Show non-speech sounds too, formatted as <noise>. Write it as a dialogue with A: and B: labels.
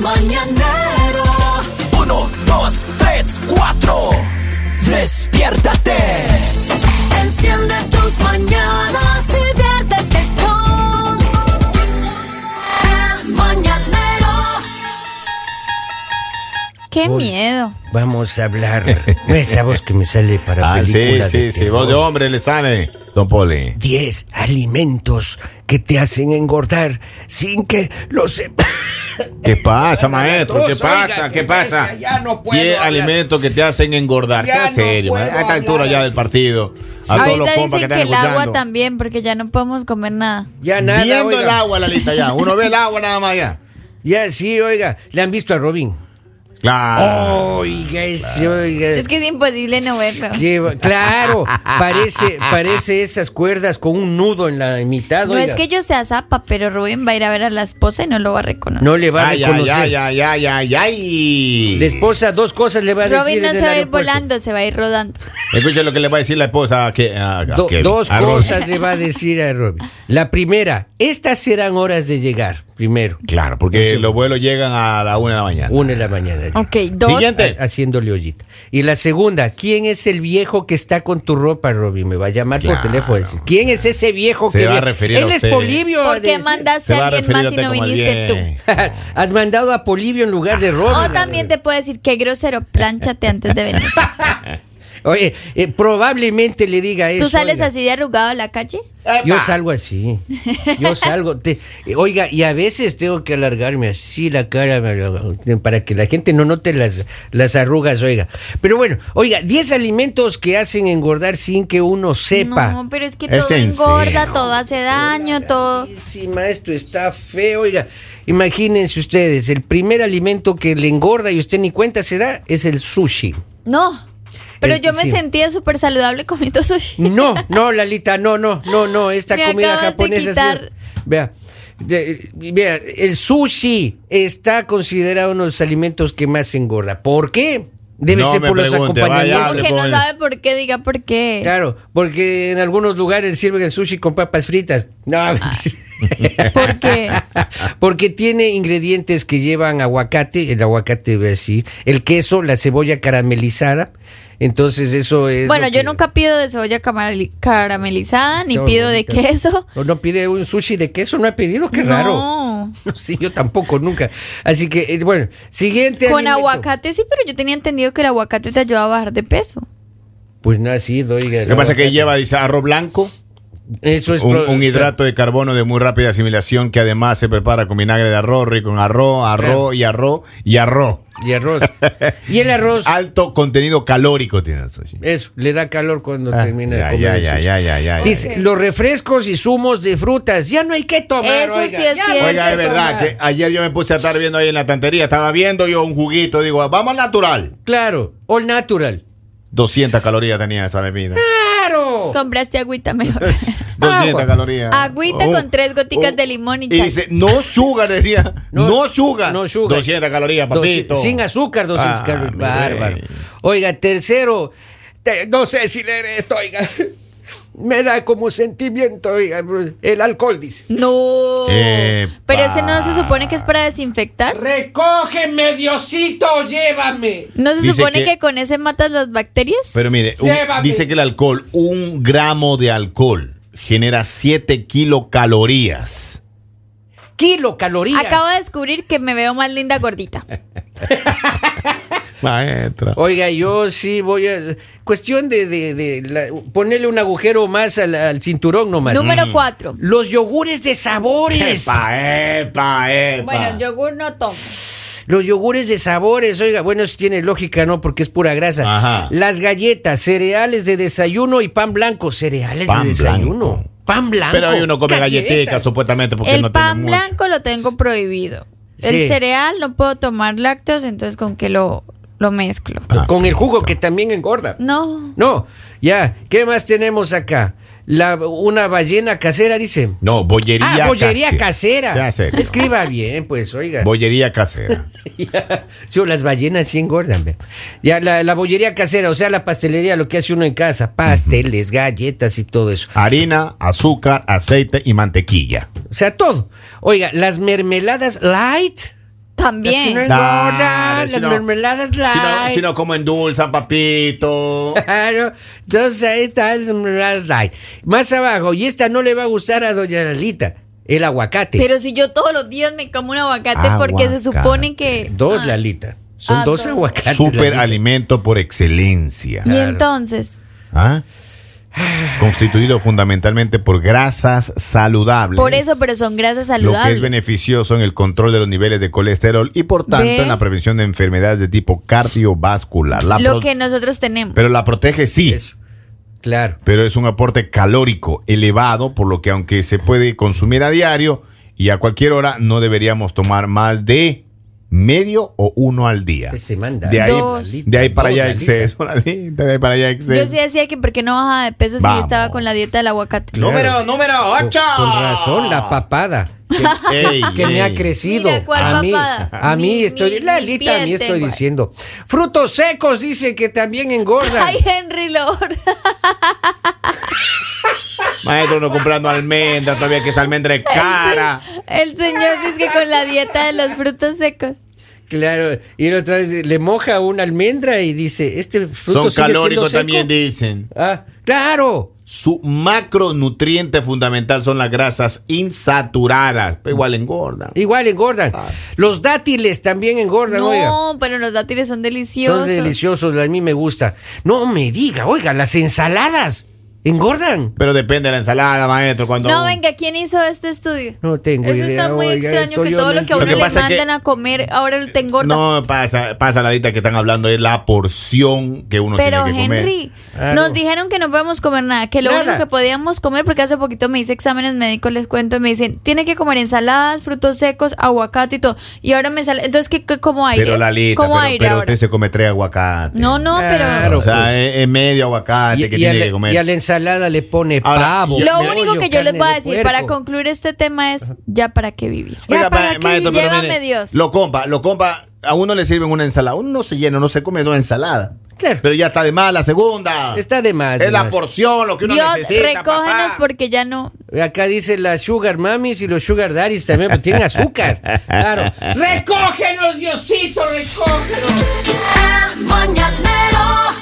A: mañanero. Uno, dos, tres, cuatro. Despiértate. Enciende tus mañanas y viértete con el mañanero.
B: Qué
C: Uy.
B: miedo.
C: Vamos a hablar. No esa voz que me sale para
D: <laughs> Ah, sí,
C: película
D: sí,
C: de
D: sí. Voz de
C: terror.
D: hombre le sale, don Poli.
C: 10 alimentos que te hacen engordar sin que lo sepas.
D: ¿Qué pasa, maestro? ¿Qué
C: Oiga,
D: pasa?
C: que
D: ¿Qué pasa?
C: venga, ya no puedo
D: Diez
C: hablar.
D: alimentos que te hacen engordar.
C: Ya
D: Sea
C: no
D: serio,
C: puedo
D: maestro. a esta altura
C: hablar.
D: ya del partido. A todos los
B: Ahorita
D: compas que
B: dicen que,
D: están
B: el agua
D: escuchando.
B: también, porque ya no podemos comer nada.
C: <laughs> Ya nada,
D: Viendo
C: oiga.
D: el agua, la lista ya. Uno ve el agua nada más ya.
C: Ya sí, oiga. ¿Le han visto a Robin? Oh,
D: Claro.
C: Oiga, ese, oiga.
B: Es que es imposible no verlo.
C: Eh. Qué va- claro, parece, parece esas cuerdas con un nudo en la mitad.
B: No
C: oiga.
B: es que yo sea zapa, pero Rubén va a ir a ver a la esposa y no lo va a reconocer.
C: No le va a
D: Ay, ay,
C: reconocer.
D: ay, ay, ay, ay, ay.
C: La esposa dos cosas le va a decir.
B: Robin no
C: en
B: se
C: el
B: va a ir
C: aeropuerto.
B: volando, se va a ir
C: <laughs>
B: rodando.
D: Escuchen lo que le va a decir la esposa a que, a- a
C: Do-
D: que-
C: dos
D: a Rosy.
C: cosas le va a decir a Robin. La primera, estas serán horas de llegar, primero.
D: Claro, porque los vuelos llegan a la una de la mañana.
C: Una de la mañana. ya.
B: Ok, dos.
D: Siguiente.
C: Ha- Haciéndole ollita. Y la segunda, ¿quién es el viejo que está con tu ropa, Robin? Me va a llamar
D: Claro.
C: por teléfono. a decir, ¿Quién es ese viejo
D: Se
C: que
D: va a
C: viene?
D: referir a
C: Él es
D: usted.
C: Polibio. va a
B: ¿Por qué
C: decir.
B: mandaste a alguien más si no viniste tú?
C: <laughs> Has mandado a Polibio en lugar de Robin.
B: O Ah, oh, también te puedo decir, qué grosero, plánchate antes de
C: <laughs>
B: venir.
C: Oye, eh, probablemente le diga eso.
B: ¿Tú sales
C: oiga.
B: así de arrugado a la calle?
C: Yo salgo así.
B: <laughs>
C: Yo salgo. te- eh, oiga, y a veces tengo que alargarme así la cara me lo- para que la gente no note las, las arrugas, oiga. Pero bueno, oiga, 10 alimentos que hacen engordar sin que uno sepa.
B: No, pero es que
D: Es
B: todo
D: en
B: engorda,
D: serio.
B: todo hace daño, todo.
C: Encima, esto está feo, oiga. Imagínense ustedes, el primer alimento que le engorda y usted ni cuenta se da es el sushi.
B: No. Pero
C: Es-
B: yo me
C: sí.
B: sentía súper saludable comiendo sushi.
C: No, no, Lalita, no, no, no, no, esta
B: Me
C: comida
B: acabas de
C: japonesa. sí-
B: quitar.
C: Vea, de- vea, el sushi está considerado uno de los alimentos que más engorda. ¿Por qué? Debe
D: No
C: ser
D: me
C: por los
D: pregunte, vaya,
C: acompañamientos.
D: hable.
B: Como que no
D: pobre.
B: sabe por qué, diga por qué.
C: Claro, porque en algunos lugares sirven el sushi con papas fritas. No,
B: ¿Por
C: <laughs>
B: qué?
C: Porque tiene ingredientes que llevan aguacate, el aguacate ve así, el queso, la cebolla caramelizada. Entonces eso es
B: bueno,
C: lo
B: yo
C: que-
B: nunca pido de cebolla camali- caramelizada, ni
C: Qué
B: pido de
C: bonito.
B: queso.
C: ¿O no pide un sushi de queso? ¿No ha pedido? ¡Qué raro! <laughs>
B: No.
C: No, sí, yo tampoco, nunca. Así que, eh, bueno, siguiente
B: Con
C: alimento.
B: aguacate sí, pero yo tenía entendido que el aguacate te ayuda a bajar de peso.
C: Pues no ha sido, oiga.
D: Lo que pasa es que lleva, dice, arroz blanco,
C: Eso
B: Pues,
C: es
D: un,
C: pro-
D: un hidrato de carbono de muy rápida asimilación que además se prepara con vinagre de arroz, rico en arroz, arroz
C: Claro.
D: y arroz y arroz.
C: Y
D: <laughs>
C: arroz. y el
B: Pues-
C: arroz,
D: Alto contenido calórico tiene el sushi.
C: eso, le da calor cuando
D: Ah,
C: termina
D: ya,
C: de comer
D: ya,
C: el
D: ya,
C: sushi.
D: ya, ya, ya, ya.
C: Dice,
B: Ok.
C: los refrescos y zumos de frutas, ya no hay que tomar,
B: Eso
C: oiga.
B: sí es
C: Ya,
B: cierto.
D: Oiga, es verdad
C: tomar.
D: que ayer yo me puse a estar viendo ahí en la tantería, estaba viendo yo un juguito, digo, vamos al natural.
C: Claro, all natural.
D: 200 calorías tenía esa bebida.
C: ¡Claro!
B: Compraste agüita mejor.
D: <laughs> 200
C: Agua.
D: calorías.
B: Ah,
D: Oh,
B: Agüita con tres goticas de limón y
D: Y
B: sal.
D: dice, no sugar, decía.
C: No,
D: No, sugar.
C: no sugar.
D: 200 calorías,
C: Dos-
D: papito.
C: sin azúcar, 200
D: Ah,
C: calorías.
D: mire.
C: Bárbaro. Oiga, tercero, te- no sé si leer esto, oiga. Me da como sentimiento, oiga, el alcohol, dice.
B: No.
D: Epa.
B: Pero ese no se supone que es para desinfectar.
C: Recógeme, Diosito, llévame.
B: ¿No se
D: Dice
B: supone que...
D: que-
B: con ese matas las bacterias?
D: Pero mire, un-
C: Llévame.
D: dice que el alcohol, un gramo de alcohol genera 7 kilocalorías.
C: Kilocalorías.
B: Acabo de descubrir que me veo más linda gordita.
D: Maestra.
C: Oiga, yo sí voy a. Cuestión de, de- de la- ponerle un agujero más al, al cinturón nomás.
B: Número cuatro.
C: Los yogures de sabores.
D: Epa, epa, epa.
B: Bueno, yogur no tomo.
C: Los yogures de sabores, oiga, bueno, eso tiene lógica, ¿no? Porque es pura grasa.
D: Ajá.
C: Las galletas, cereales de desayuno y pan blanco. Cereales
D: Pan
C: de desayuno.
D: blanco.
C: Pan blanco.
D: Pero hoy uno come
C: Galletas.
D: galletitas, supuestamente, porque
B: El
D: no tiene
B: pan
D: mucho.
B: blanco lo tengo prohibido. El
C: Sí.
B: cereal no puedo tomar lácteos, entonces con que lo, lo mezclo.
D: Ah,
C: Con el jugo que también engorda.
B: No.
C: No, ya. ¿Qué más tenemos acá? La, una ballena casera, dice.
D: No, bollería
C: ah, bollería
D: casera.
C: casera.
D: Ya sé.
C: Escriba bien, pues, oiga.
D: Bollería casera.
C: <laughs> Ya, Yo, las ballenas sí engordan. ve. Ya, la, la bollería casera, o sea, la pastelería, lo que hace uno en casa, pasteles, galletas y todo eso.
D: Harina, azúcar, aceite y mantequilla.
C: <laughs> O sea, todo. Oiga, las mermeladas light
B: también.
C: Es que no
D: Claro,
C: engordan,
D: si
C: las
D: no-
C: mermeladas
D: Si no,
C: light.
D: si no como
C: <laughs>
D: endulzan,
C: Oh.
D: papito.
C: Claro, entonces ahí está las mermeladas light. Más abajo, y esta no le va a gustar a doña Lalita, el aguacate.
B: Pero si yo todos los días me como un aguacate porque se
D: Ah, Aguacate.
B: supone que...
C: dos
B: Ah.
C: Lalita, son
B: Ah,
C: dos
B: dos.
C: aguacates.
D: Super
C: Lalita.
D: alimento por excelencia.
B: Y entonces,
D: ¿Ah? Constituido fundamentalmente por grasas saludables.
B: por eso, pero son grasas
D: Lo que es
B: saludables.
D: beneficioso en el control de los niveles de colesterol y por tanto
B: Ve.
D: en la prevención de enfermedades de tipo cardiovascular. La
B: lo
D: pro-
B: que nosotros tenemos.
D: Pero la protege sí.
C: Eso, claro.
D: pero es un aporte calórico elevado, por lo que aunque se puede consumir a diario y a cualquier hora, no deberíamos tomar más de medio o uno al día.
C: Que se manda.
D: De ahí,
B: Dos.
D: de ahí para
C: Dos,
D: allá
C: Lalita.
D: exceso, <laughs> Lalita, de ahí para allá
B: yo
D: exceso.
B: sí decía que porque no bajaba de peso si yo
D: Vamos.
B: estaba con la dieta del aguacate.
C: No, Claro.
D: número
C: Con, con razón, la papada que,
D: Ey,
C: que me
D: ey.
C: ha crecido.
B: Mira, ¿cuál
C: a mí,
B: papada?
C: a mí
B: Mi-
C: estoy,
B: mi-
C: Lalita, a
B: mi
C: mí
B: pie
C: estoy
B: tengo.
C: diciendo. Frutos secos dice que también <laughs> engordan.
B: <laughs> Ay, Henry Lord. <laughs>
D: Maestro, no comprando almendra, todavía que esa almendra es cara.
B: El señor dice que con la dieta de los frutos secos.
C: Claro, y la otra vez le moja una almendra y dice, este fruto
D: Son
C: sigue siendo
D: calóricos
C: seco.
D: también, dicen.
C: Ah, claro.
D: Su macronutriente fundamental son las grasas insaturadas, pero igual engordan.
C: Igual engordan.
D: Ah.
C: Los dátiles también engordan, oiga.
B: No, pero los dátiles son deliciosos.
C: Son deliciosos, a mí me gusta. No me diga, oiga, las ensaladas engordan.
D: Pero depende de la ensalada, maestro. Cuando
B: No, venga, ¿quién hizo este estudio?
C: No tengo
B: Eso
C: idea,
B: está muy
C: oiga, esto
B: extraño que
C: yo
B: todo
C: no
B: lo que a
C: entiendo.
B: uno
D: Lo que
B: le
D: pasa es que-
B: mandan a comer ahora te engorda.
D: No, pasa, pasa la dita que están hablando, es la porción que uno
B: pero
D: tiene que comer.
B: Henry,
C: Claro.
B: nos dijeron que no podemos comer nada, que lo
C: Nada.
B: único que podíamos comer, porque hace poquito me hice exámenes médicos, les cuento, y me dicen, tiene que comer ensaladas, frutos secos, aguacate y todo. Y ahora me sale, entonces, ¿qué, qué como aire?
D: Pero la lita,
B: como
D: pero,
B: aire
D: pero
B: ahora.
D: usted se come tres aguacates.
B: No, no, pero...
C: Claro.
D: o sea,
C: pues.
D: es, es medio aguacate
C: Y,
D: que
C: y a
D: tiene
C: la,
D: que comer.
C: y a la ensalada le pone
D: Ahora,
C: pavo.
D: y-
B: Lo
D: Pollo,
B: único que yo les voy a decir para
C: concluir
B: concluir este tema es ya para qué vivir.
C: Ya,
D: Oiga,
C: ¿para qué?
D: ma- maestro, pero
B: Llévame
D: mire,
B: Dios.
D: Lo compa, lo compa, a uno le sirven una ensalada. Uno no se llena, no se come dos ensaladas.
C: Claro.
D: Pero ya está de más la segunda.
C: Ah. Está de más,
D: Es
C: de
D: la
C: más.
D: porción, lo que uno
B: Dios,
D: necesita.
B: recógenos
D: papá.
B: porque ya no.
C: Acá dice las sugar mamis y los sugar daddies también, pues tienen
D: <laughs>
C: azúcar. Claro.
A: El mañanero